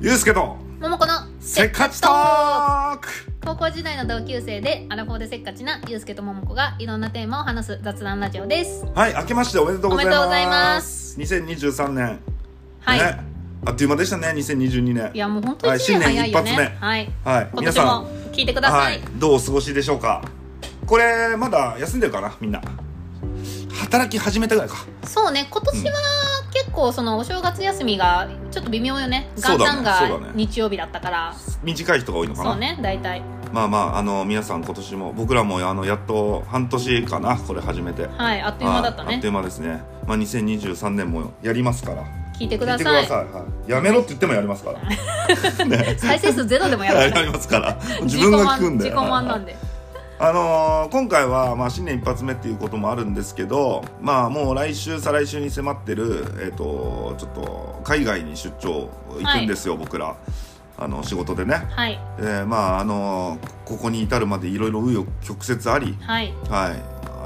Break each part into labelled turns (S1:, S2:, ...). S1: ゆうすけの
S2: 桃子の
S1: せっかちトーク
S2: 高校時代の同級生でアラフォーでせっかちなゆうすけと桃子がいろんなテーマを話す雑談ラジオです
S1: はい明けましておめでとうございます
S2: おめでとうございます
S1: 2023年、
S2: はい、
S1: ね、あっという間でしたね2022年
S2: いやもう本当に一年早いよね、
S1: はい新年一発目
S2: はい
S1: はい
S2: 今
S1: 皆
S2: 年も
S1: さん
S2: 聞いてくださ
S1: は
S2: い、
S1: い、どうお過ごしでしょうかこれまだ休んでるかなみんな働き始めたぐらいか
S2: そうね今年は結構そのお正月休みがちょっと微妙よね
S1: そ
S2: 元
S1: うだね
S2: 旦
S1: そうだね
S2: が日曜日だったから
S1: 短い人が多いのかな
S2: そうね大体
S1: まあまああの皆さん今年も僕らもあのやっと半年かなこれ始めて
S2: はいあっという間だっ
S1: は
S2: た
S1: いあっ
S2: ね
S1: という間ですね、まあ、2023年もやりますから
S2: 聞いて
S1: 聞
S2: く
S1: い
S2: だ
S1: てく
S2: さ
S1: だ
S2: い
S1: さい、はい、やめろって言ってもやりますから
S2: 再生数ゼロでもや
S1: や
S2: るから
S1: りますから 自分が聞くんで
S2: 自己満自己満なんで
S1: あのー今回は、まあ、新年一発目っていうこともあるんですけど、まあ、もう来週再来週に迫ってる、えっとちょっと海外に出張行くんですよ、僕らあの仕事でね、
S2: はい
S1: えーまああのーここに至るまでいろいろ紆余曲折あり、
S2: はい
S1: はい、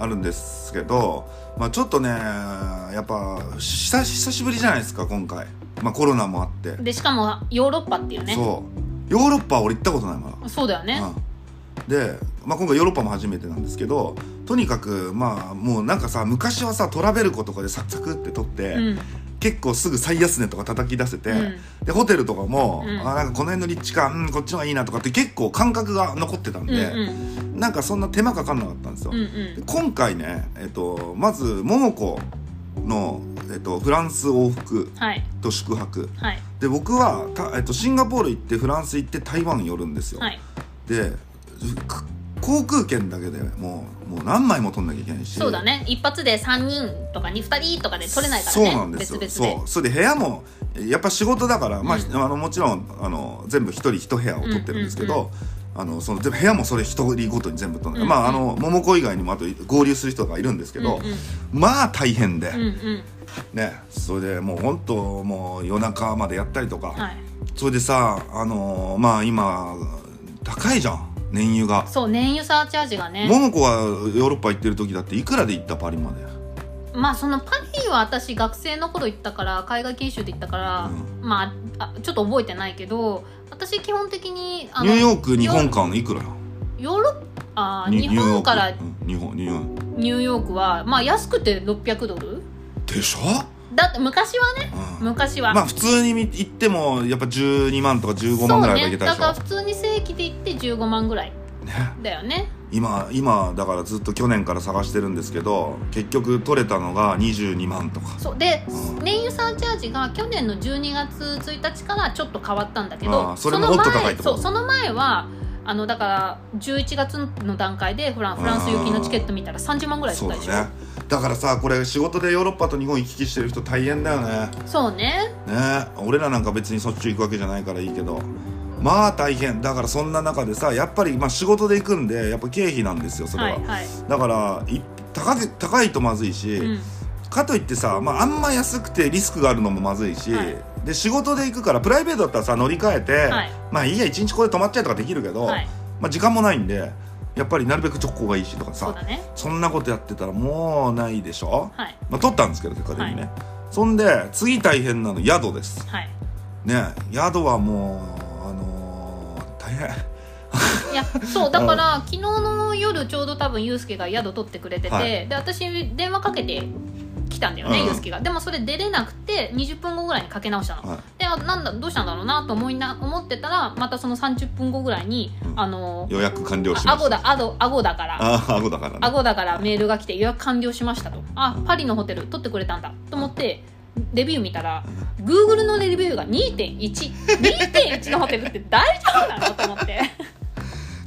S1: あるんですけど、まあ、ちょっとねやっぱ久久しぶりじゃないですか今回、まあ、コロナもあって、
S2: でしかもヨーロッパっていうね
S1: そうヨーロッパは俺行ったことないまだ
S2: そうだよね、
S1: うんで、まあ、今回ヨーロッパも初めてなんですけどとにかくまあもうなんかさ昔はさトラベルコとかでサクサクって撮って、
S2: うん
S1: 結構すぐ最安値とか叩き出せて、
S2: うん
S1: でホテルとかも、
S2: うん
S1: あなんかこの辺の立地感、うん、こっちの方がいいなとかって結構感覚が残ってたん
S2: うんう
S1: で、
S2: ん
S1: なんかそんな手間かかんなかったんですよ。
S2: うんう
S1: で
S2: ん
S1: 今回ね、えっと、まず桃子の、えっと、フランス往復
S2: はい
S1: と宿泊
S2: はい
S1: で僕はた、えっと、シンガポール行ってフランス行って台湾寄るんですよ。
S2: はい
S1: でく航空券だけでもうもう何枚も取んなきゃいけないし
S2: そうだね一発で3人とかに2人とかで取れないから
S1: そう
S2: ね
S1: なんですよ
S2: 別々
S1: そうそれで部屋もやっぱ仕事だから、まあ、
S2: うん
S1: あのもちろんあの全部一人一部屋を取ってるんですけど、
S2: うんう
S1: あのそので部屋もそれ一人ごとに全部取る、
S2: うんうん
S1: まああの桃子以外にもあと合流する人がいるんですけ
S2: で
S1: ど、
S2: う
S1: まあ大変で、
S2: んうんうん
S1: ねそれでもう本当もう夜中までやったりとか、
S2: うんはい
S1: それでさあのまあ今高いじゃん燃油が
S2: そう燃油サーチャージがね
S1: 桃子がヨーロッパ行ってる時だっていくらで行ったパリまで
S2: まあそのパリは私学生の頃行ったから海外研修で行ったから、
S1: う
S2: まああちょっと覚えてないけど私基本的にあ
S1: ニュー
S2: のヨ
S1: ヨーク日本間いくらよ
S2: ーロッパあ
S1: に
S2: 日本か
S1: ニ
S2: ら
S1: ューヨークうん日本ニューヨー
S2: ニューヨークはまあ安くて600ドル
S1: クでしょ、
S2: だって昔はね
S1: うん
S2: 昔は、
S1: まあ普通に見行ってもやっぱ12万とか15万ぐらいはいけた
S2: だ
S1: でし
S2: から
S1: ょ
S2: 普通に正規で行って15万ぐらい
S1: ね
S2: だよね
S1: 今今だからずっと去年から探してるんですけど結局取れたのが22万とか
S2: そうで
S1: うん
S2: 燃油サーチャージが去年の12月1日からちょっと変わったんだけ
S1: あー
S2: ど
S1: それももっと
S2: その前
S1: 高いってこと
S2: そうその前はあのだから11月の段階でフランフランス行きのチケット見たら30万ぐらいし
S1: そう
S2: たでしょ
S1: だねだからさこれ仕事でヨーロッパと日本行き来してる人大変だよね
S2: そうね
S1: ね俺らなんか別にそっち行くわけじゃないからいいけどまあ大変だからそんな中でさやっぱりまあ仕事で行くんでやっぱ経費なんですよそれは、
S2: はいはい、
S1: だからい高く高いとまずいし、
S2: うん、
S1: かといってさ、まあ、あんま安くてリスクがあるのもまずいし、
S2: はい
S1: で仕事で行くからプライベートだったらさ乗り換えて、
S2: はい
S1: まあいいや1日ここで泊まっちゃえとかできるけど、
S2: はい
S1: まあ、時間もないんでやっぱりなるべく直行がいいしとか
S2: そう
S1: さ
S2: だね
S1: そんなことやってたらもうないでしょ、
S2: はい
S1: まあ、取ったんですけど結果的にね、そんで次大変なの宿です
S2: はい
S1: ね宿はもうあのー大変
S2: いやそうだから昨日の夜ちょうど多分ユうスケが宿取ってくれてて、
S1: はい
S2: で私電話かけて来たんだよね、
S1: うん
S2: ユうスケがでもそれ出れなくて20分後ぐらいにかけ直したの、
S1: はい
S2: であなんだどうしたんだろうなと思いな思ってたらまたその30分後ぐらいに、
S1: うん
S2: あの
S1: 予約完了し
S2: あ
S1: まし
S2: 顎
S1: た
S2: だ顎顎だから
S1: ああごだからね
S2: 顎だからメールが来て予約完了しましたとあパリのホテル取ってくれたんだと思ってレビュー見たら Google のレビューが2.12.1のホテルって大丈夫なのと思って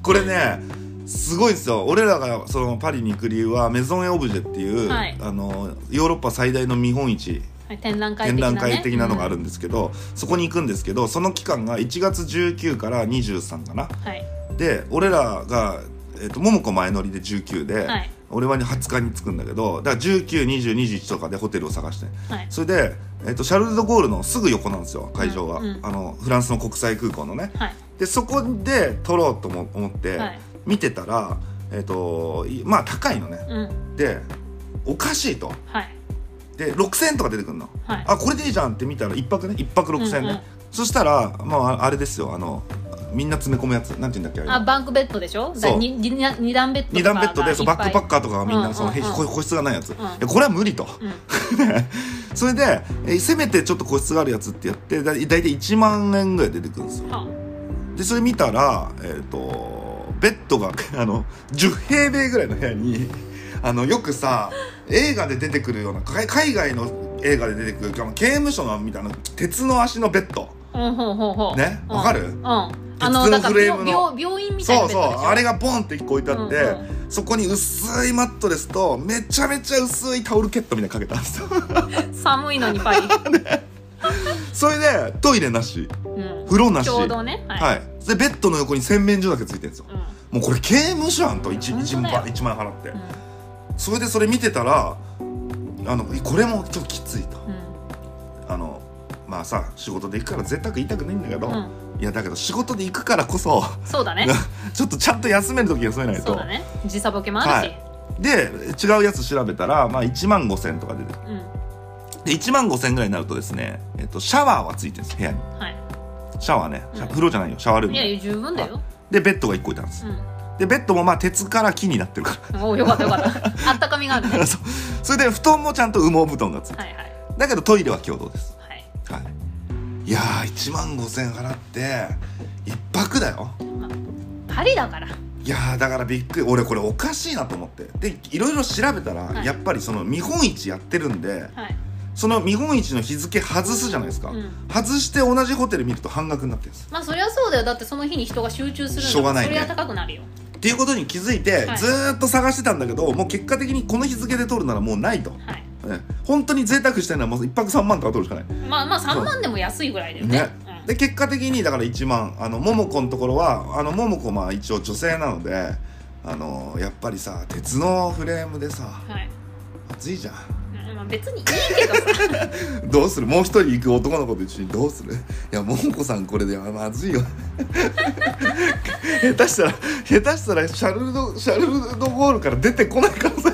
S1: これねすごいんですよ俺らがそのパリに行く理由はメゾン・エ・オブジェっていう、
S2: はい
S1: あのヨーロッパ最大の見本市
S2: はい展覧会
S1: 展
S2: 的な、ね、
S1: 覧会的なのがあるんですけど、そこに行くんですけどその期間が1月19から23かな
S2: うん、はい
S1: で俺らが、えっと桃子前乗りで19で、
S2: はい
S1: 俺は20日に着くんだけどだから192021とかでホテルを探して
S2: はい
S1: それで、えっとシャルル・ド・ゴールのすぐ横なんですよ会場が、
S2: うんうん
S1: あのフランスの国際空港のね
S2: はい
S1: でそこで撮ろうとも思って、
S2: はい
S1: 見てたら、えっといまあ高いのね
S2: うん
S1: でおかしいと
S2: はい
S1: で6000円とか出てくるの
S2: はい
S1: あこれでいいじゃんって見たら一泊ね一泊6000円ね、
S2: うんうん
S1: そしたら、まあ、あれですよあのみんな詰め込むやつなんて言うんだっけあれ
S2: あバンクベッドでしょだ
S1: そう
S2: にに二段ベッド
S1: 二
S2: と
S1: 段
S2: かが
S1: ベッドでそうバックパ
S2: いっ
S1: ッカーとかがみん
S2: うんうんう
S1: なんそのへこ個室がないやつ、いやこれは無理と、それで、えーせめてちょっと個室があるやつってやってだい大体1万円ぐらい出てくるんですよ
S2: ぱいあ
S1: でそれ見たらえっ、とベッドが あの10平米ぐらいの部屋に あのよくさ映画で出てくるような海海外の映画で出てくるあの刑務所のみたいな鉄の足のベッド
S2: うんほうほうほう
S1: ね
S2: うん
S1: わかる
S2: うんあ
S1: 鉄
S2: の
S1: の
S2: だか
S1: フ
S2: ら
S1: レーム
S2: 病
S1: の
S2: 病病院みたい
S1: そ
S2: な
S1: う
S2: ベッ
S1: そう
S2: ドでしょ
S1: あれがボンって1個置いてあって、
S2: うん
S1: そこに薄いマットレスとめちゃめちゃ薄いタオルケットみたいなのかけたんですよ
S2: 寒いのにパリ、
S1: それでトイレなし
S2: うん、
S1: 風呂なし
S2: ちょうどねはい、
S1: はい、でベッドの横に洗面所だけついてるんですよ
S2: うん
S1: もうこれ刑務所やんと 1,
S2: 本
S1: 一
S2: 当だよ
S1: 万一万円払って、
S2: うん
S1: それでそれ見てたらあのこれもちょっときついとあのまあさ仕事で行くから贅沢言いたくないんだけど、
S2: うん
S1: いやだけど仕事で行くからこそ
S2: うんそうだね
S1: ちょっとちゃんと休める時休めない
S2: そう
S1: と、
S2: だね時差ボケもあるし、
S1: で違うやつ調べたら、まあ、1万5000とか出てくる
S2: うん
S1: で1万5000ぐらいになるとですね、えっと、シャワーはついてるんです部屋に
S2: は
S1: シャワーねシャ
S2: うん
S1: 風呂じゃないよシャワールー
S2: い
S1: ム
S2: いやいや十分だよ、
S1: でベッドが1個いたんです
S2: う
S1: でベッドもまあ鉄から木になってるか
S2: んおおよかったよかったあったかみがあるね
S1: ら そうそれで布団もちゃんと羽毛布団がついてる
S2: はいはい
S1: だけどトイレは共同です。
S2: はい
S1: はい。いやー、1万5千払って、一泊だよ。
S2: パリだから
S1: いやー、だからびっくり。俺これおかしいなと思って。で、いろいろ調べたら、
S2: はい
S1: やっぱりその見本市やってるんで、
S2: はい
S1: その見本市の日付外すじゃないですか。
S2: うん
S1: 外して同じホテル見ると半額になってるんです。
S2: まあそりゃそうだよだってその日に人が集中するんだから
S1: しょうがないね
S2: そりゃ高くなるよ
S1: っていうことに気づいて、
S2: はい
S1: ずーっと探してたんだけど、もう結果的にこの日付で取るならもうないと。
S2: はい
S1: ね本当に贅沢したいならもう一泊3万とか取るしかない。
S2: まあまあ3万でも安いぐらいだよね
S1: ねで結果的にだから1万あの桃子のところはあの桃子まあ一応女性なのであのやっぱりさ鉄のフレームでさ
S2: うん、はい、
S1: 熱いじゃん
S2: うんまあ、別にいいけ どさ
S1: どうするもう一人行く男の子と一緒にどうするいや桃子さんこれではまずいよ 下手したら下手したらシャルルドシャルルドゴールから出てこないからさ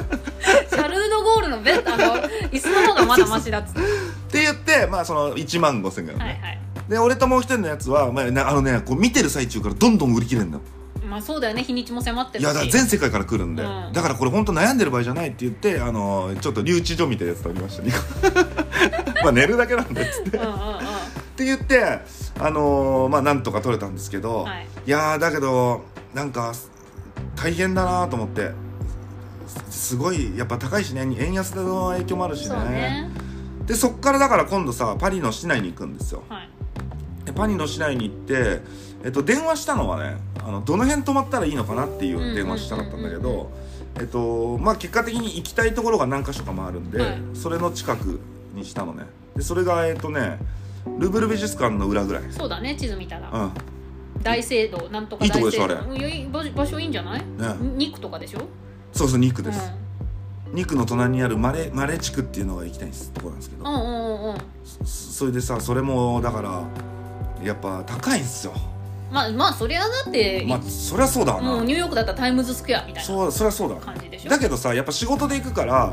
S2: シャルードゴールのベッドあの椅子の方がまだマシだっつって
S1: って言ってまあその1万5千円ぐらい
S2: は
S1: ね、
S2: いはい
S1: で俺ともう一人のやつは、まあ、なあのねこう見てる最中からどんどん売り切れんの
S2: まあそうだよね日にちも迫って
S1: い
S2: るし
S1: やだから全世界から来るんで、
S2: うん
S1: だからこれ本当悩んでる場合じゃないって言ってあのちょっと留置所みたいなやつ取りましたね まあ寝るだけなんでっつってっ
S2: うんうんうん
S1: て言ってあのまあなんとか取れたんですけど、
S2: はい
S1: い、やーだけどなんか大変だなと思ってすすごいやっぱ高いしね円安の影響もあるし
S2: そう
S1: ね
S2: ね
S1: でそっからだから今度さパリの市内に行くんですよ
S2: はい
S1: でパリの市内に行って、えっと、電話したのはねあのどの辺泊まったらいいのかなっていう電話したかったんだけ
S2: うんうんうん
S1: ど、えっとまあ、結果的に行きたいところが何か所かもあるんで、
S2: はい
S1: それの近くにしたのねでそれがえっとねルーブル美術館の裏ぐらい、うん、
S2: そうだね地図見たら、大聖堂なんとか
S1: いいと
S2: 大
S1: こ
S2: 聖堂
S1: でしょ
S2: うんいい場所場所いいんじゃない、
S1: ね
S2: 肉とかでしょ
S1: そうそう肉
S2: う
S1: で
S2: ん
S1: す、肉の隣にあるマレマレ地区っていうのが行きたいんですとこなんですけ
S2: う
S1: ど、
S2: んうんうんうん
S1: そそれでさそれもだからやっぱ高いんですよ
S2: まあまあそりゃだって、
S1: まあそりゃそうだわな、
S2: もうニューヨークだったらタイムズスクエアみたい
S1: そうそりゃそうだわ
S2: な感じでしょ
S1: だけどさやっぱ仕事で行くから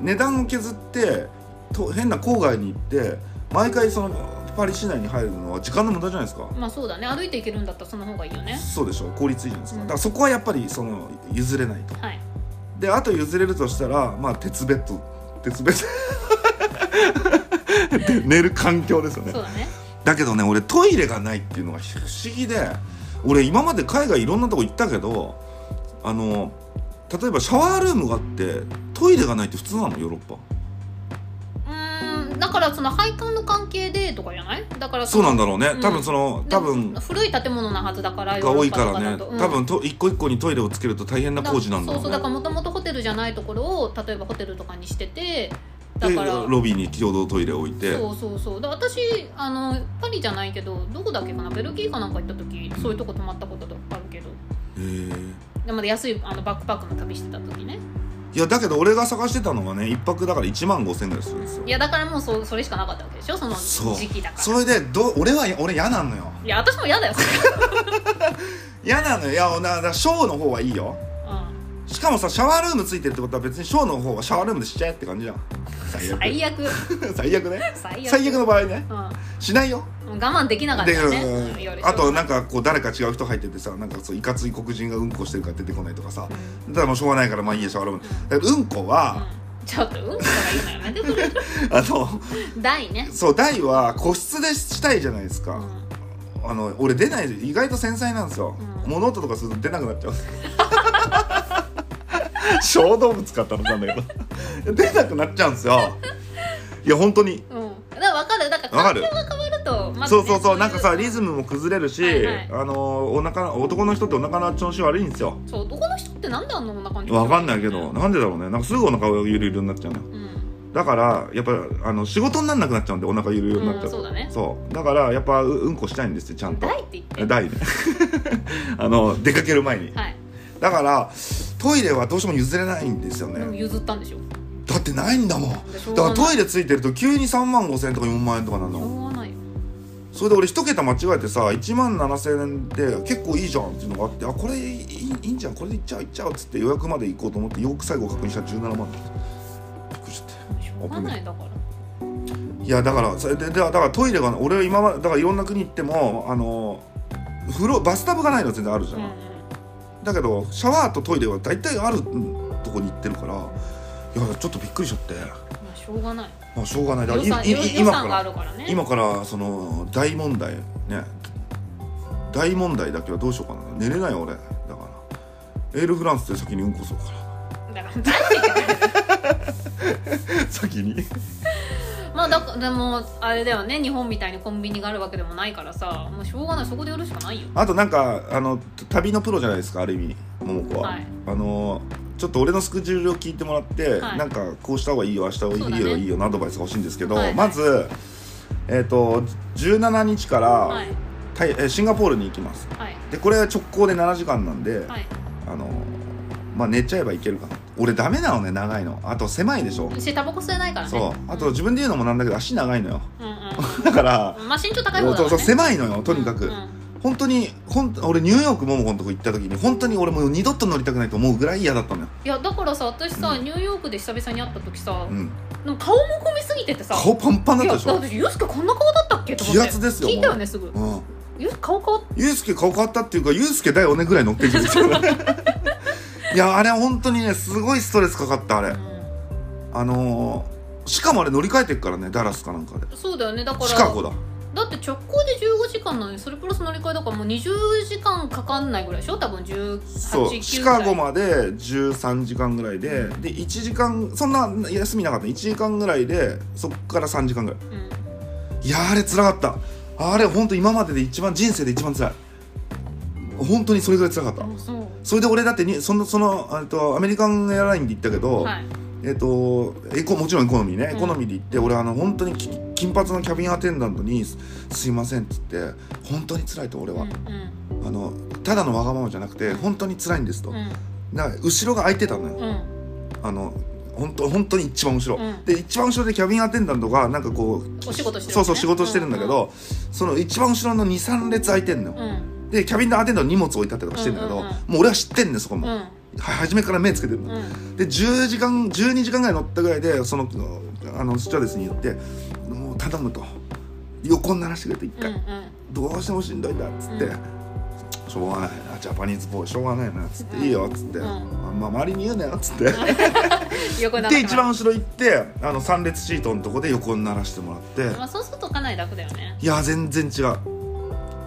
S1: 値段を削ってと変な郊外に行って毎回そのパリ市内に入るのは時間の無駄じゃないですか、
S2: まあそうだね歩いていけるんだったらその方がいいよね
S1: そうでしょ効率いいじゃないですか、
S2: うん
S1: だからそこはやっぱりその譲れないと
S2: はい
S1: であと譲れるとしたらまあ鉄ベッド 鉄ベッドで寝る環境ですよね
S2: そうだね
S1: だけどね俺トイレがないっていうのが不思議で俺今まで海外いろんなとこ行ったけどあの例えばシャワールームがあってトイレがないって普通なのヨーロッパ
S2: うーんだからその配管の関係でとかじゃないだから
S1: そうなんだろうね、
S2: うん
S1: 多分その多分
S2: でも古い建物なはずだから
S1: が多いから
S2: ヨーロッパ
S1: ね、
S2: とだとうん
S1: 多分と一個一個にトイレをつけると大変な工事なんだ
S2: そ
S1: ろ
S2: う
S1: う
S2: そう
S1: ね
S2: だからもともとホテルじゃないところを例えばホテルとかにしててだ
S1: で
S2: から
S1: ロビーに共同トイレを置いて
S2: そうそうそうで私あのパリじゃないけどどこだっけかなベルギーかなんか行った時そういうとこ泊まったことあるけど
S1: へー
S2: でまだ安いあのバックパックの旅してた時ね
S1: いやだけど俺が探してたのがね一泊だから1万5千ぐらいするんですよ
S2: いやだからもうそうそれしかなかったわけでしょその
S1: そう
S2: 時期だから
S1: それでど俺は俺嫌なのよ
S2: いや私も嫌だよそれ、
S1: 嫌なのよいやなだショーの方はいいよ
S2: うん、
S1: しかもさシャワールームついてるってことは別にショーの方はシャワールームでしちゃえって感じじゃん最悪
S2: 最悪
S1: 最悪ね
S2: 最悪
S1: 最悪の場合ね
S2: う
S1: しないよ
S2: ん、我慢できなかった
S1: で、
S2: よね
S1: うん
S2: うん
S1: あとなん
S2: か、
S1: かこう誰か違う人入っててさなんかそういかつい黒人がうんこしてるから出てこないとかさ
S2: うん
S1: だからもうしょうがないからまあいいやシャワールームだからうんこは、
S2: ちょっとうんこがいいのやめてくれ る
S1: あの
S2: 大ね、
S1: そう大は個室でしたいじゃないです
S2: う
S1: か、
S2: ん
S1: あの俺出ない意外と繊細なんですよ、
S2: うん
S1: 物音とかすると出なくなっちゃう 小動物かったのなんだけど出なくなっちゃうんですよいや本当に
S2: うん、だから分かるだから
S1: わかる
S2: 変わると、まず
S1: そ
S2: ね
S1: うそうそう
S2: い
S1: なんかさリズムも崩れるし、
S2: はいはい
S1: あのお腹男の人ってお腹の調子悪いんですよ
S2: そう男の人ってなんであんなこんな感じ
S1: わかんないけどなんでだろうねなんかすぐお腹がゆるゆるになっちゃうのよ
S2: うん
S1: だからやっぱあの仕事になんなくなっちゃうんでお腹ゆるゆるになっちゃ
S2: うんそうだね
S1: そうだからやっぱううんこしたいんですよちゃんと
S2: 大って言って
S1: 大ね あの出かける前に
S2: はい
S1: だからトイレはどうしても譲れないんですよ
S2: でも
S1: ね
S2: 譲ったんでしょ
S1: だってないんだもん
S2: でしょう
S1: だか
S2: が
S1: ら
S2: な
S1: ト
S2: い
S1: イレついてると急に3万5千円とか4万円とかな
S2: しょ
S1: の
S2: うがないよ
S1: それで俺一桁間違えてさ1万7千円で結構いいじゃんっていうのがあってあこれいいいいんじゃんこれでいっちゃういっちゃうっつって予約まで行こうと思ってよく最後確認したら17万だったびっくりしちゃって
S2: しょうがないだから
S1: いやだからそれででだからトイレが俺は今までだからいろんな国行ってもあの風呂バスタブがないの全然あるじゃ、
S2: うんんうん
S1: だけどシャワーとトイレは大体あるうんとこに行ってるからいやちょっとびっくりしちゃって、
S2: まあしょうがない
S1: まあ、しょうがないだ
S2: 予
S1: から
S2: 算
S1: いい
S2: 予
S1: い
S2: 予
S1: 今か
S2: 算があ
S1: ら
S2: るからね
S1: 今からその大問題ね大問題だけはどうしようかな寝れない俺だからエールフランスで先にうんこそうか
S2: だから 大って言って
S1: ら先に
S2: まあだかでもあれだよね日本みたいにコンビニがあるわけでもないからさもうしょうがないそこでやるしかないよ
S1: あとなんかあの旅のプロじゃないですかある意味桃子は、
S2: はい
S1: あのちょっと俺のスケジュールを聞いてもらって、
S2: はい
S1: なんかこうした方がいいよあした方がいい
S2: そう
S1: よ、
S2: だね
S1: いいよのアドバイスが欲しいんですけど、
S2: はいはい
S1: まずえっ、と17日から、
S2: はい
S1: タイえーシンガポールに行きます
S2: はい
S1: でこれは直行で7時間なんで、
S2: はい
S1: あのまあ寝ちゃえばいけるかな俺ダメなのね長いのあと狭いでしょ、
S2: 私タバコ吸えないからね
S1: そうあと
S2: ん
S1: 自分で言うのもなんだけど足長いのよ
S2: うん
S1: だから
S2: うんまあ身長高い方だか
S1: そう
S2: ら
S1: そう
S2: ね
S1: 狭いのよとにかく、
S2: うんうん
S1: 本当にほん俺ニューヨーク桃子のとこ行った時に本当に俺もう二度と乗りたくないと思うぐらい嫌だったのよ、
S2: いやだからさ私さ
S1: う
S2: ニューヨークで久々に会った時さ
S1: うん、
S2: なんか顔も込みすぎててさ
S1: 顔パンパンだ
S2: い
S1: った
S2: や
S1: でし
S2: だ
S1: ょ
S2: ってユースケこんな顔だったっけと思って
S1: 気圧ですよ
S2: 聞いたよねすぐ
S1: うん、
S2: ユースケ顔変わっ
S1: ゆうすけ顔変わったっていうかゆうすけだよねぐらい乗ってきてる いやあれ本当にねすごいストレスかかったあ
S2: た
S1: れ
S2: うん
S1: あのー、しかもあれ乗り換えてっからねダラスかなんかで
S2: そうだよねだから
S1: シカゴだ
S2: だって直行で15時間なのにそれプラス乗り換えだからもう20時間かかんないぐらいでしょ多分18
S1: そうシカゴまで13時間ぐらいでで1時間そんな休みなかった1時間ぐらいでそっから3時間ぐらい
S2: うん
S1: いやあれ辛かったあれ本当今までで一番人生で一番辛い本当にそれぐらい辛かった
S2: あそう
S1: それで俺だってにそのそのえっとアメリカンエアラインで行ったけど、
S2: はい
S1: えっとエコもちろんエコノミーね
S2: う
S1: エ
S2: ん
S1: コノミーで行って、俺あの本当にき金髪のキャビンアテンダントに「すすいません」っつって「本当に辛いと俺
S2: うん
S1: は、
S2: うん
S1: あのただのわがままじゃなくて本当に辛いんです」と、
S2: うん
S1: だから後ろが空いてたのよ、
S2: うん
S1: あの本当本当に一番後ろ、
S2: うん
S1: で一番後ろでキャビンアテンダントがなんかこう
S2: お仕事してる、ね、
S1: そうそう仕事してるんだけど、その一番後ろの23列空いてんのよ、
S2: うんうん
S1: でキャビンのアテンダントに荷物置いたってとかしてんだけど、
S2: うんうんうん
S1: もう俺は知ってんねそこも、
S2: う
S1: は
S2: ん
S1: 初めから目つけてるの、
S2: うん
S1: で10時間12時間ぐらい乗ったぐらいでそのあのスチュワーデスに言って「もう頼む」と「横にならしてくれ」と一
S2: うん
S1: 回、どうしてもしんどいんだ」っつって、
S2: うん
S1: しょうがないなジャパニーズボーイしょうがないな」っつって「
S2: うん
S1: いいよ」っつって「
S2: うん
S1: まあ周りに言うなよ」っつって、
S2: 横になって
S1: で一番後ろ行ってあの3列シートのとこで横にならしてもらって、
S2: まあそうするとかなり楽だよね
S1: いや全然違う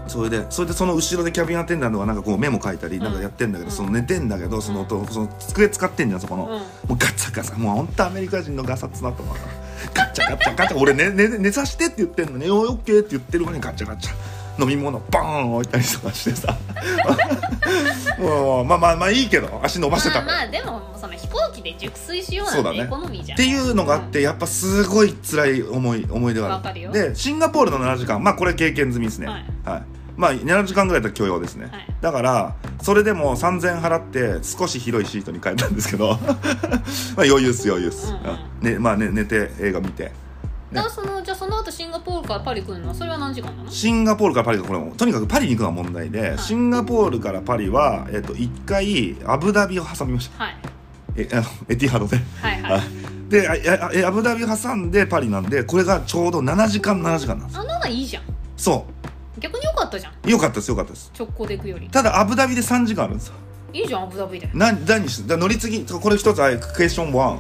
S1: それでそれでその後ろでキャビンアテンダントがなんかこうメモ書いたり
S2: うん
S1: なんかやってんだけど、
S2: うん
S1: その寝てんだけどその音その机使ってんじゃんそこの、
S2: うん
S1: もうガツャガツャもう本当アメリカ人のガサツなと思うガチャガチャガチャ俺寝寝寝さしてって言ってんのねオッケーって言ってるのにガチャガチャ飲み物バーン置いたりとかして さ もうまあまあまあいいけど足伸ばしてた
S2: まあ
S1: のよ
S2: まあでもその飛行機で熟睡しようなん
S1: そうだ
S2: て
S1: ね
S2: エコノミーじゃ
S1: っ
S2: ん、
S1: ていうのがあってやっぱすごい辛い思い思い出が
S2: わ
S1: あ
S2: か
S1: る
S2: るよ
S1: でシンガポールの7時間まあこれ経験済みですね
S2: は
S1: はいい、まあ7時間ぐらいだったら許容ですね、
S2: はい
S1: だからそれでも3000円払って少し広いシートに変 えたんですけどまあ余裕っす余裕っす、
S2: うんうん
S1: うんねまあね、寝て映画見て、
S2: だからそのじゃあその後シンガポールからパリ来るのはそれは何時間なの
S1: シンガポールからパリがこれもとにかくパリに行くのが問題で、
S2: い
S1: シンガポールからパリは、えっと1回アブダビを挟みました
S2: はい
S1: えあのエティハードで
S2: はいは
S1: あ
S2: い
S1: であえあえアブダビを挟んでパリなんでこれがちょうど7時間7時間なんです
S2: あんなのがいいじゃん
S1: そ
S2: 逆に良かったじゃん
S1: うよかったですよかったです
S2: 直行で行くより
S1: ただアブダビで3時間あるんですよ
S2: いいじゃんアブダビで
S1: な何しだ乗り継ぎこれ一つあれクエスチョン1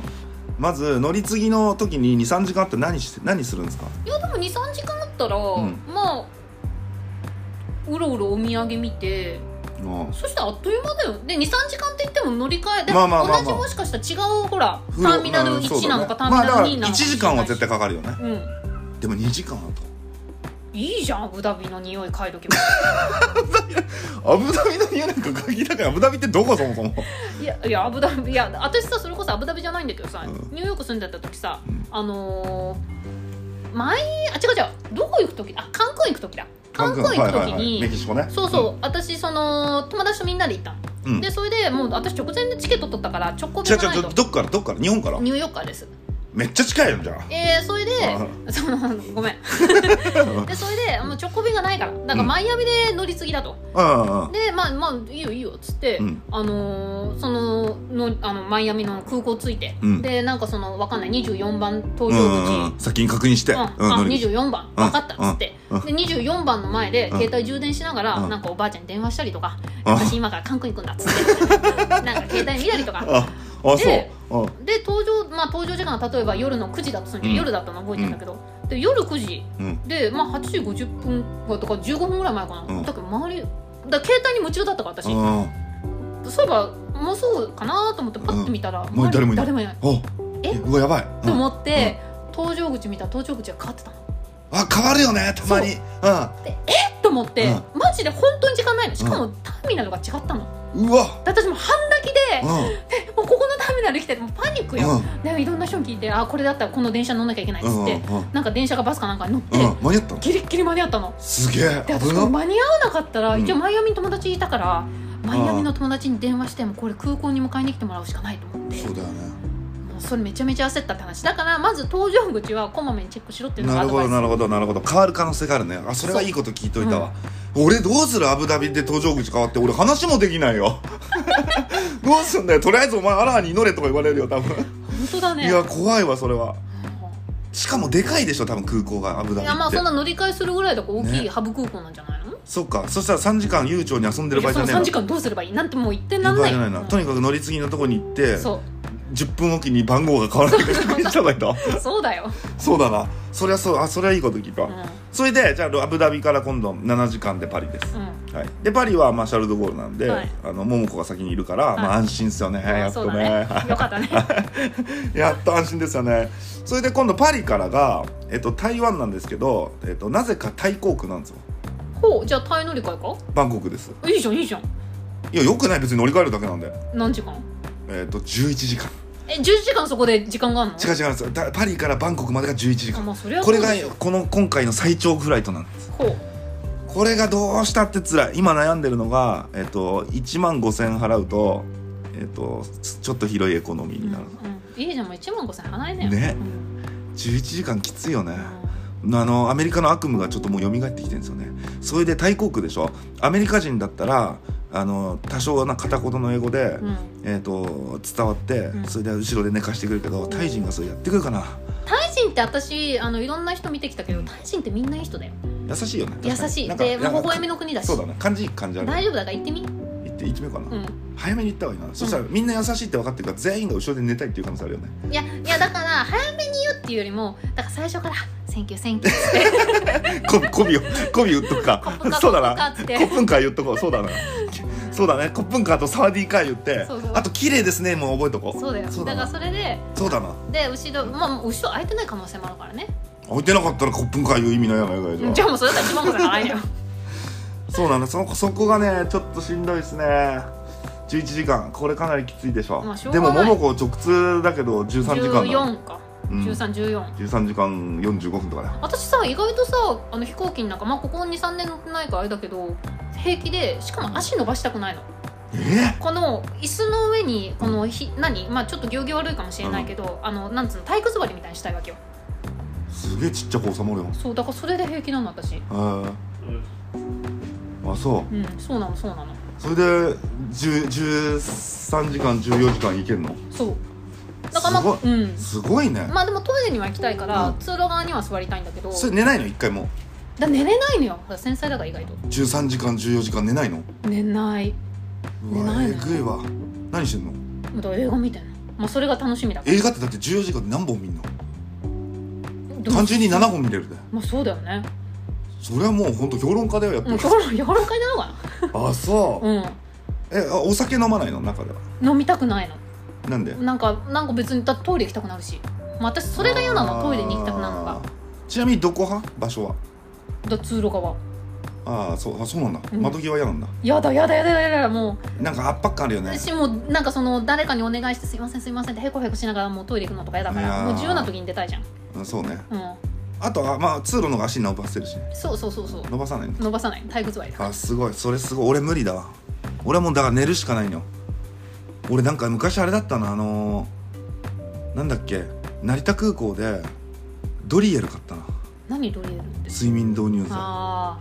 S1: まず乗り継ぎの時に23時間あって何して何するんですか
S2: いやでも23時間あったら、
S1: ん
S2: まあうろうろお土産見て
S1: も
S2: そしてあっという間だよで23時間って言っても乗り換えで、
S1: まあまあまあまあ
S2: 同じもしかしたら違うほら
S1: う
S2: ターミナル1なのかターミナル2なのか
S1: 1時間は絶対かかるよね
S2: うん
S1: でも2時間だ
S2: いいじゃんアブダビの匂い嗅いど けば
S1: とアブダビの家なんか限りだからアブダビってどこそもそも
S2: いやいやアブダビいや私さそれこそアブダビじゃないんだけどさ、
S1: うん
S2: ニューヨーク住んでた時さ、
S1: うん
S2: あのー前あ違う違うどこ行く時あカンクン行く時だカンクン行く時に、
S1: はいはいはいメキシコね
S2: そうそう、私その友達とみんなで行ったの、
S1: うん
S2: でそれでもう私直前でチケット取ったから直行
S1: 違
S2: 便
S1: う
S2: がな
S1: 違
S2: いう
S1: 違う
S2: と
S1: どっからどっから日本から
S2: ニューヨーカーです
S1: めっちゃ近いよじゃあ
S2: えー、それでそのごめんでそれでもう直行便がないからだからマイアミで乗り継ぎだと、
S1: うんうん
S2: でまあまあいいよいいよっつって、
S1: うん
S2: あのーそののあのマイアミの空港着いて、
S1: うん
S2: でなんかそのわかんない24番
S1: う
S2: 搭乗口、うん
S1: んうんうん先に確認して
S2: あ
S1: 乗り継ぎ
S2: 24番
S1: うん
S2: 分かったっつって
S1: うん
S2: で24番の前で
S1: うん
S2: 携帯充電しながら
S1: うん
S2: なんかおばあちゃんに電話したりとか
S1: うん
S2: 私今から韓国行くんだっつってなんか携帯見たりとか
S1: ああ
S2: で
S1: そううん
S2: で登場まあ登場時間は例えば夜の9時だとするんで
S1: うん
S2: 夜だったの覚えてんだけどで夜9時
S1: うん
S2: でまあ8時50分とか15分ぐらい前か
S1: う
S2: なんだけど周りだから携帯に夢中だったから私
S1: うん
S2: そういえばもうそうかなと思ってパッと見たら
S1: んもう誰もいない
S2: 周り誰もいない
S1: お
S2: え
S1: うわやばい
S2: と
S1: うん
S2: 思って搭乗口見たら搭乗口が変わってたの
S1: あ変わるよねたまにう
S2: と思って、
S1: う
S2: マジで本当に時間ないのしかもターミナルが違ったの、
S1: んうわ
S2: で私もう半泣き
S1: う
S2: で、
S1: ん
S2: もうここのターミナル来てもうパニックよ、
S1: うん
S2: でいろんな人に聞いてあこれだったらこの電車乗んなきゃいけないっつ
S1: うん
S2: っ
S1: うん
S2: て、なんか電車かバスかなんかに乗って、
S1: うんうん間に合ったの
S2: ギリッギリ間に合ったの
S1: すげえ
S2: で
S1: 危な
S2: 私これ
S1: っ
S2: 間に合わなかったら、
S1: うん
S2: 一応マイアミに友達いたからマイアミの友達に電話してもうこれ空港に迎えに来てもらうしかないと思って
S1: そうだよね
S2: もうそれめちゃめちゃ焦ったって話だからまず搭乗口はこまめにチェックしろっていうのが
S1: な
S2: ア
S1: る
S2: ド
S1: ほ
S2: バイ
S1: ど
S2: ス
S1: なるほどなるほど変わる可能性があるねあそれはいいこと聞いといたわ、俺どうするアブダビで搭乗口変わって俺話もできない よどうすんだよとりあえずお前アラーに祈れとか言われるよ多分、
S2: 本当だ
S1: い
S2: ね
S1: や怖いわそれはしかもでかいでしょ多分空港がアブダ
S2: い
S1: ビ
S2: や
S1: っ
S2: まあ
S1: て
S2: そんな乗り換えするぐらいだから大きい
S1: ね
S2: ハブ空港なんじゃないの、
S1: そっかそしたら3時間悠長に遊んでる場合じゃねえ
S2: 3
S1: な
S2: 時間どうすればいいなんてもう言って
S1: い
S2: ら
S1: い
S2: ん
S1: 場合
S2: ない
S1: じゃないな、とにかく乗り継ぎのとこに行って
S2: そ
S1: 10分おきに番号が変わらないか 確認した方がいいと
S2: うそう だよ、
S1: そうだなそりゃそうあそれはいいこと聞いた、
S2: うんうん、
S1: それでじゃあアブダビから今度7時間でパリですはい、でパリはまあシャルド・ゴールなんで、
S2: はい
S1: あの桃子が先にいるから、
S2: い
S1: まあ、安心ですよね、
S2: ま
S1: や
S2: あ
S1: っ
S2: そ
S1: と
S2: うだ
S1: ね
S2: ね
S1: は
S2: よかったね
S1: いやっと安心ですよねそれで今度パリからが、えっと、台湾なんですけど、えっと、なぜかタイ航空なんですよ
S2: ほうじゃあタイ乗り換え
S1: バンコクです
S2: かいいじゃんいいじゃん
S1: いやよくない別に乗り換えるだけなんで、
S2: 何時間
S1: えっと、11時間
S2: え10時間そこで時間があるの
S1: 違う違うんですよだパリからバンコクまでが11時
S2: あ
S1: 間
S2: まあそれは
S1: これが
S2: そうでしょ
S1: この今回の最長フライトなんです
S2: ほう
S1: これがどうしたって辛い今悩んでるのが、えっと、1万5000払うと、えっと、ちょっと広いエコノミー
S2: う
S1: に
S2: ん
S1: なる、
S2: うんいいじゃんもう1万5000円払えねえよ
S1: ね
S2: うん
S1: 11時間きついよね、
S2: う
S1: あのアメリカの悪夢がちょっともう蘇ってきてるんですよねそれでタイ航空でしょアメリカ人だったらあの多少はな片言の英語で、
S2: んうん
S1: えー、と伝わって、
S2: ん
S1: それで後ろで寝かしてくれるけどタイ人がそれやってくるかな
S2: タイ人って私あのいろんな人見てきたけどタイ人ってみんないい人だよ
S1: 優しいよね
S2: 優
S1: 確かに
S2: し
S1: ないんか
S2: でま
S1: な
S2: あ微
S1: んか
S2: 笑みの国だし
S1: そうだね感じ感じある
S2: 大丈夫だから行ってみう
S1: 行って行ってみようかな、
S2: ん
S1: 早めに行った方がいいな、そしたらみんな優しいって分かってるから全員が後ろで寝たいっていう可能性あるよね
S2: いやいやだから早めに言うっていうよりもだから最初から「センキュー センキュー」って
S1: こびこびをこび打っとく
S2: コッ
S1: か
S2: プ か
S1: そうだ
S2: コップか
S1: な
S2: っつっ
S1: コ
S2: て
S1: ップンカー言っとこうそうだなそうだねコップンカーとサワディーカー言って
S2: そうそう
S1: あと綺麗ですねもう覚えとこう
S2: そうだよ
S1: そう
S2: だ
S1: だ
S2: から
S1: な
S2: それで
S1: そうだな
S2: で後ろまあもう後ろ空いてない可能性もあるからね
S1: 置いてなかったらコップンカー言う意味ないやないかい じゃ
S2: じゃあもうそれだったら1万個じゃないよ
S1: あそうなのそそこがねちょっとしんどいですね11時間これかなりきついでしょ,、
S2: まあしょう
S1: で
S2: がな
S1: も
S2: い
S1: 桃子直通だけど13時間だよ
S2: 14か
S1: うん
S2: 1314
S1: 13時間45分とかね
S2: 私さ意外とさあの飛行機になんかまあここ23年乗ってないからあれだけど平気でしかも足伸ばしたくないの
S1: え
S2: この椅子の上にこのひ何まあちょっと行儀悪いかもしれないけど、あのなんつうの体育座りみたいにしたいわけよ
S1: ー、すげえちっちゃく収まるやんへ
S2: そうだからそれで平気なの私
S1: えあそう
S2: うんそうなのそうなの
S1: それで10 13時間14時間いけんの
S2: そうだからまあ
S1: す
S2: うん
S1: すごいね
S2: まあでもトイレには行きたいから、
S1: うん
S2: 通路側には座りたいんだけど
S1: それ寝ないの一回も
S2: だ寝れないのよほら繊細だから意外と
S1: 13時間14時間寝ないの
S2: 寝ないう寝
S1: わ
S2: ない
S1: え
S2: ね
S1: ぐいわ何してんの
S2: だから映画みたいなまあそれが楽しみだから
S1: 映画ってだって14時間で何本見んの
S2: でも
S1: 単純に7本見れるで
S2: まあそうだよね
S1: それはもう本当評論家だよやっぱ
S2: うん
S1: り
S2: 柔ら柔らかいなのか
S1: あそう
S2: な
S1: えあお酒飲まないの中では
S2: うん飲みたくないの
S1: なんで
S2: なんかなんか別にだってトイレ行きたくなるし、まあ、私それが嫌なのトイレに行きたくなるの
S1: あ
S2: が
S1: ーちなみにどこ派場所は
S2: だ通路側
S1: ああそうあそうなんだ
S2: うん
S1: 窓際嫌なんだ、
S2: やだやだやだやだやだも
S1: なんか圧迫感あるよ
S2: う
S1: ね
S2: 私もうなんかその誰かにお願いして「すいませんすいません」ってへこへこしながらもうトイレ行くのとか嫌だか
S1: いや
S2: ら
S1: ー
S2: もう自由な時に出たいじゃん
S1: うんそうね
S2: うん
S1: あとはまあ通路の方が足伸ばせるし
S2: そうそうそうそう
S1: 伸ばさないの
S2: 伸ばさない体育座りだから
S1: あすごいそれすごい俺無理だわ俺はもうだから寝るしかないの俺なんか昔あれだったなあのー、なんだっけ成田空港でドリエル買ったな
S2: 何ドリエルって
S1: 睡眠導入剤
S2: あ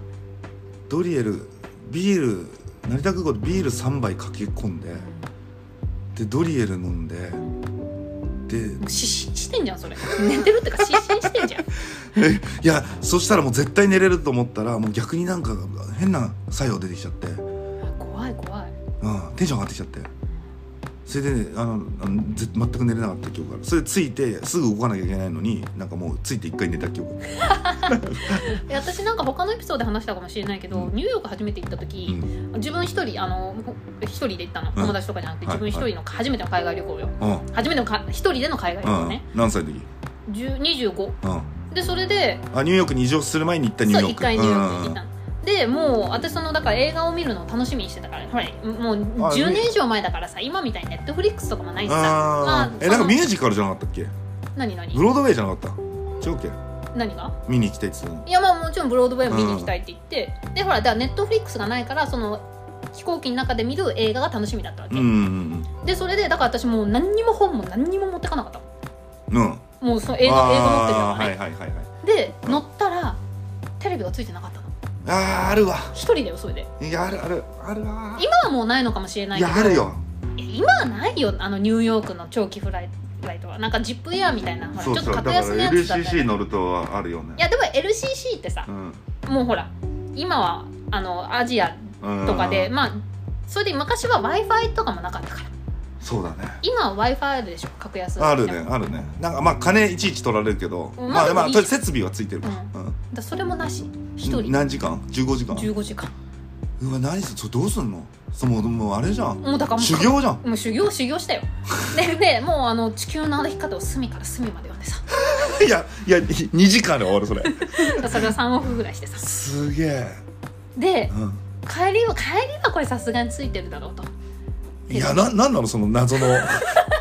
S1: ドリエルビール成田空港でビール3杯かけ込んででドリエル飲んでで
S2: あ失神してんじゃんそれ寝てるってか失神してんじゃん
S1: いやそしたらもう絶対寝れると思ったらもう逆になんか変な作用出てきちゃって、うん、
S2: 怖い怖い
S1: テンション上がってきちゃってそれでねあのあのぜ全く寝れなかった記憶があるそれでついてすぐ動かなきゃいけないのになんかもうついて一回寝た記憶、
S2: いや私なんか他のエピソードで話したかもしれないけど、
S1: うん
S2: ニューヨーク初めて行った時、
S1: うん
S2: 自分一人あのほ一人で行ったの
S1: ん
S2: 友達とかじゃなくて、
S1: はい
S2: 自分一人の初めての海外旅行よ
S1: うん
S2: 初めてのか一人での海外旅
S1: う
S2: 行
S1: ん
S2: ね、
S1: 何歳の時、
S2: 10 25
S1: うん、
S2: でそれで
S1: あニューヨークに移住する前に行ったニュー
S2: そ
S1: ヨ
S2: う
S1: ー
S2: 一
S1: ク
S2: 回ニューヨークに行ったの、でもう私そのだから映画を見るのを楽しみにしてたからほらもう
S1: あ
S2: 10年以上前だからさ今みたいにネットフリックスとかもないしさまあ
S1: あーえなんかミュー
S2: その
S1: ジカルじゃなかったっけ
S2: 何何
S1: ブロードウェイじゃなかった違うっけ
S2: 何が
S1: 見に行きたいっつってたの
S2: いやまあもちろんブロードウェイも見に行きたいって言って、でほらだからネットフリックスがないからその飛行機の中で見る映画が楽しみだったわけ、
S1: うんうん
S2: でそれでだから私もう何にも本も何にも持ってかなかった
S1: うんうん
S2: もうその映画
S1: あー
S2: 映画持ってるからね、
S1: はいはいはいはい
S2: で乗ったらテレビがついてなかったの
S1: あーあるわ
S2: 一人だよそれで
S1: いやあるあるあるわ
S2: 今はもうないのかもしれない
S1: い
S2: けど
S1: やあるよ
S2: いや今はないよあのニューヨークの長期フライフライトはなんかジップエアみたいなほらちょっと格安のやつだったりい
S1: 乗るとはあるよね
S2: やでも LCC ってさ
S1: う、ん
S2: もうほら今はあのアジアとかで、まあそれで昔は w i f i とかもなかったから
S1: そうだね
S2: 今は w i f i あるでしょ格安
S1: あるねあるねなんかまあ金いちいち取られるけど
S2: うん
S1: ま
S2: まあで
S1: あ
S2: も
S1: まあ
S2: いい
S1: とりあえず設備はついてるからうん
S2: だそれもなし一人
S1: 何時間 ?15 時間
S2: 15時間
S1: うわ何すそれどうすんのそうもうもうあれじゃん
S2: もうだからもう
S1: 修行じゃん
S2: もう修行修行したよででもうあの地球の歩き方を隅から隅まで読んでさ
S1: いやいや2時間で終わるそれ
S2: それを3往復ぐらいしてさ
S1: すげえ
S2: で
S1: うん
S2: 帰りは帰りはこれさすがについてるだろうと
S1: いやななんなのその謎の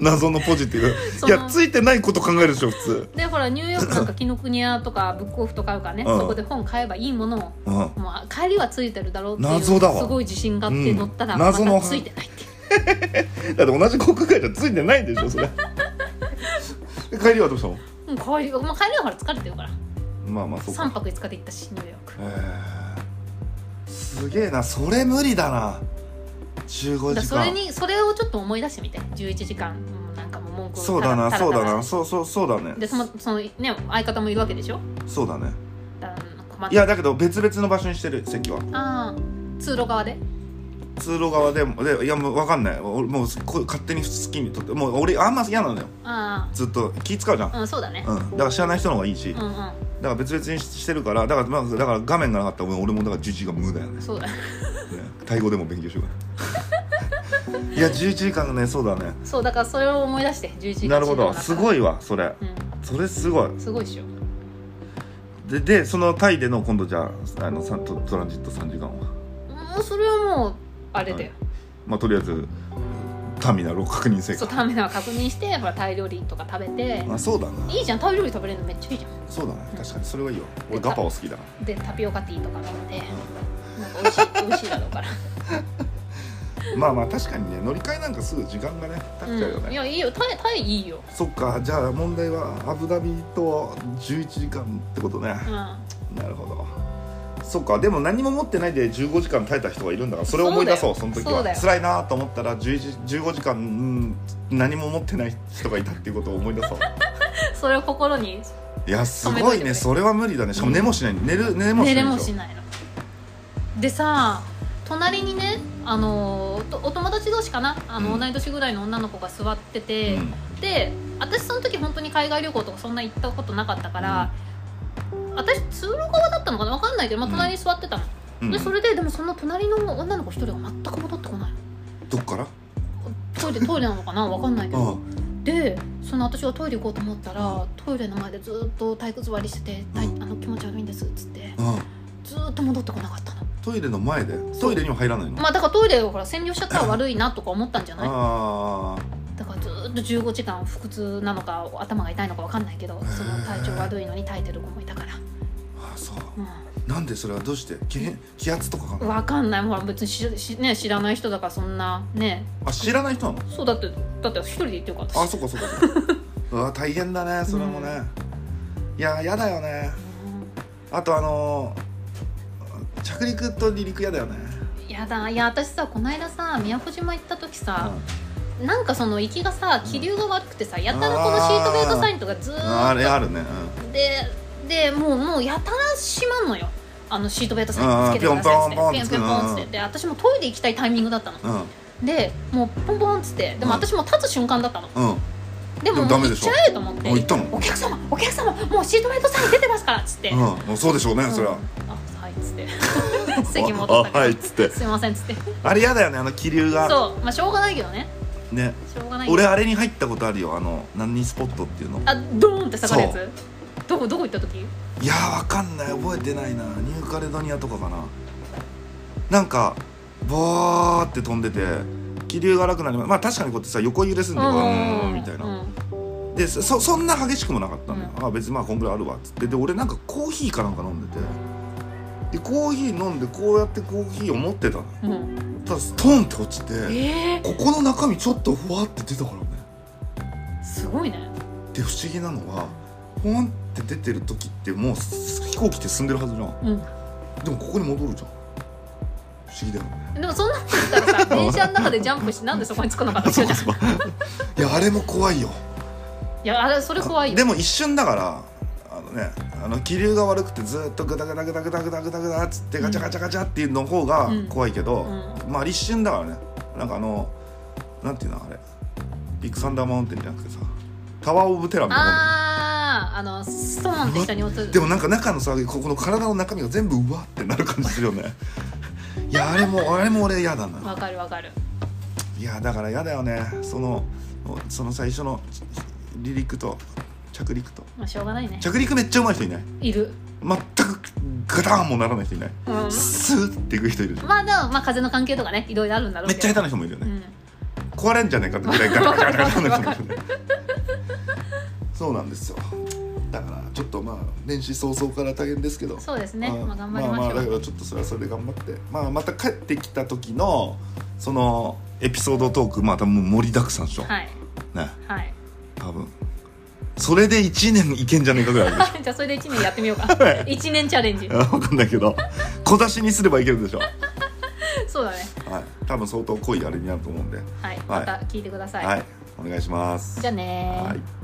S1: 謎のポジティブ
S2: そ
S1: い
S2: の
S1: やついてないこと考えるでしょ普通
S2: でほらニューヨークなんか紀ノ国屋とかブックオフとかあるからね、
S1: うん
S2: そこで本買えばいいものを
S1: うん
S2: もう帰りはついてるだろうっていう
S1: 謎だわ
S2: すごい自信があって乗ったら、
S1: うん
S2: ま
S1: 謎の
S2: たついてないってい う
S1: だって同じ航空会社ついてないんでしょ それで帰りはどうしたの
S2: うん帰りは、まあ、帰りはほら疲れてるから
S1: まあまあそう
S2: 3
S1: か
S2: 泊5日で行ったしニューヨーク
S1: えーすげえなそれ無理だな15
S2: だ
S1: 時
S2: それ
S1: 間
S2: にそれをちょっと思い出してみて11時間もうなんかもう文句を
S1: そうだな
S2: たら
S1: そうだ
S2: たら
S1: なそうそうそうだね
S2: でそのそのね相方もいるわけでしょ
S1: そうだね
S2: だから困っ
S1: いやだけど別々の場所にしてる席は
S2: ああ通路側で
S1: 通路側でもでいやもう分かんない俺もうこう勝手に好きにとってもう俺あんま嫌なのよ
S2: あ
S1: ずっと気使うじゃん、
S2: あうんそうだね
S1: うん、だから知らない人の方がいいし、
S2: う
S1: だか
S2: んうん
S1: ら別々にししてるからだから,、まあ、だから画面がなかったら俺もだから11時間無駄やね
S2: そうだ
S1: ねタイ語でも勉強しよう かないや11時間がねそうだね
S2: そうだからそれを思い出して11時間
S1: なるほどすご
S2: い、
S1: いわそれ
S2: う
S1: それすごい
S2: ん、すごいっしょ
S1: ででそのタイでの今度じゃああのさんトトランジット3時間は
S2: もうそれはもうあれだよ、
S1: まあとりあえずターミナルを確認せ
S2: そう
S1: か
S2: ターミナル確認してほらタイ料理とか食べて
S1: あそうだない
S2: いじゃんタイ料理食べれるのめっちゃいいじゃ
S1: そうだね確かにそれはいいよ俺ガパオ好きだか
S2: んでタピオカティーとか飲んでなんか美味しい美味しいだろうから
S1: らまあまあ確かにね乗り換えなんかすぐ時間がね経っちゃうよ
S2: うん、い
S1: ね、
S2: やいいよタイタイいいよ
S1: そっかじゃあ問題はアブダビと11時間ってことね、
S2: うん
S1: なるほどそっかでも何も持ってないで15時間耐えた人がいるんだからそれを思い出そうそ
S2: そうだ
S1: の
S2: よ
S1: 時
S2: そう
S1: は
S2: だよ
S1: 辛いなと思ったら11 15時間、うん、何も持ってない人がいたっていうことを思い出そう
S2: それを心に
S1: いやす
S2: 止めと
S1: ご
S2: い
S1: い
S2: てね
S1: ねそれは無理だねしかも寝もしない寝る寝もし
S2: 寝
S1: ない
S2: れも
S1: でし
S2: し
S1: ょ
S2: ないのでさ隣にねあのとお友達同士かなあの、
S1: うん
S2: 同い年ぐらいの女の子が座ってて、
S1: うん
S2: で私その時本当に海外旅行とかそんな行ったことなかったから、私通路側だったのかな分かんないけど、まあ、
S1: うん
S2: 隣に座ってたの、
S1: うん
S2: でそれででもその隣の女の子一人が全く戻ってこない
S1: どっからあ
S2: トイレトイレなのかな分かんないけど
S1: あ
S2: でその私がトイレ行こうと思ったらトイレの前でずっと体育座りしてて「体
S1: うん
S2: あの気持ち悪いんです」っつって
S1: ああ
S2: ずーっと戻ってこなかったの
S1: トイレの前でトイレにも入らないの、
S2: まあだからトイレをほら占領しちゃったら悪いなとか思ったんじゃない
S1: ああ
S2: だからずーっと15時間腹痛なのか頭が痛いのか分かんないけどその体調悪いのに耐えてる子もいたから、
S1: あそう
S2: う
S1: なんでそれはどうして気気圧とかか
S2: ん、
S1: な
S2: 分かんないほら別にしし、ね、知らない人だからそんなね
S1: あ知らない人なの
S2: そうだってだって一人で行ってよかった
S1: あ
S2: し
S1: そっかそっかそっ かうわ大変だねそれもね、いややだよねあとあのー着陸と離陸やだよね、
S2: うんやだいや私さこの間さ宮古島行った時
S1: うん
S2: さ、なんかその行きがさ気流が悪くてさやたらこのシートベルトサインとかず
S1: あ
S2: ーっ
S1: れあるね、
S2: とででもうもうやたら閉まんのよあのシートベルトサインつけてくだ
S1: あ
S2: さ
S1: ー
S2: いっつ
S1: ピョン
S2: ってピ
S1: ピョンピ
S2: ョンピョ
S1: ョ
S2: ン
S1: ン
S2: ピョンっつってで私もトイレ行きたいタイミングだったの
S1: うんうん
S2: でもうポンポンっつってでも私も立つ瞬間だったの
S1: うん
S2: でも
S1: でもダ
S2: も
S1: メ
S2: う行
S1: で
S2: っ
S1: し
S2: ち
S1: ょ
S2: ゃえと思って
S1: あ行ったの
S2: お客様お客様もうシートベルトサイン出てますからっつって、
S1: うんもうそうでしょうね、
S2: うん
S1: それは
S2: あはいっつって 席戻ったか
S1: あ
S2: ら、
S1: はいっつって
S2: すいませんっつってそ
S1: あれやだよねあの気流が
S2: うまあしょうがないけどね
S1: ね
S2: しょうがないけど
S1: 俺あれに入ったことあるよあの何スポットっていうの
S2: あドーンって下がるやつどこどこ行った時
S1: いやーわかんない覚えてないなニューカレドニアとかかななんかボーって飛んでて気流が荒くなりままあ確かにこうやってさ横揺れすんでわーんみたいな、
S2: うん
S1: でそそそんな激しくもなかったのよ、あ別にまあこんぐらいあるわっつってで俺なんかコーヒーかなんか飲んでてでコーヒー飲んでこうやってコーヒーを持ってたのよ
S2: うん
S1: ただストンって落ちて
S2: え
S1: ここの中身ちょっとふわって出たからね
S2: ー、すごいね
S1: で不思議なのはポンって出てる時ってもうす飛行機って進んでるはずじゃん
S2: うん
S1: でもここに戻るじゃん不思議だよね
S2: でもそんなこと言ったらさ電車の中でジャンプしてなんでそこに着くのかった
S1: あ
S2: って
S1: そ
S2: 言
S1: う
S2: う
S1: か
S2: じゃん
S1: そうかいやあれも怖いよ
S2: いやあれそれ怖いよ
S1: でも一瞬だからあのねあの気流が悪くてずっとグダグダグダグダグダグダグダっつってガチャガチャガチャっていうの方が
S2: うん
S1: 怖いけど、
S2: う
S1: まあ一瞬だからねなんかあのなんていうのあれビッグサンダーマウンテンじゃなくてさタワー・オブ・テラーみたいな
S2: あーあのストーンって下に落ち
S1: で
S2: る
S1: もなんか中のさここの体の中身が全部うわってなる感じするよね いやあれもあれも俺嫌だな
S2: わかるわかる
S1: いやだから嫌だよねそのその最初の離陸と着陸と
S2: まあしょうがないね
S1: 着陸めっちゃうまい人いない
S2: いる、
S1: 全くガタンもならない人いない
S2: うん、
S1: スーっていく人いるじゃん
S2: まあでもまあ風の関係とかねいろいろあるんだろう
S1: め
S2: け
S1: っ
S2: ど
S1: ちゃ下手な人もいるよね、
S2: うん
S1: 壊れんじゃねえかってぐらいガタガタガタガタな人もいるよねそうなんですよだからちょっとまあ年始早々から大変ですけど
S2: そうですね
S1: あ
S2: まあ頑張りましょう、
S1: ああだけどちょっとそれはそれで頑張って、まあ、また帰ってきた時のそのエピソードトークまたもう盛りだくさんでしょ、
S2: はい
S1: ね
S2: はい
S1: 多分それで1年いけんじゃねえかぐらいある でし
S2: じゃあそれで1年やってみようか
S1: はい
S2: 1年チャレンジ
S1: ょわかんないけど小出しにすればいけるでしょ
S2: そうだね
S1: はい多分相当濃いあれになると思うんでは
S2: はいまた聞いてください、
S1: いお願いします
S2: じゃあねー
S1: はい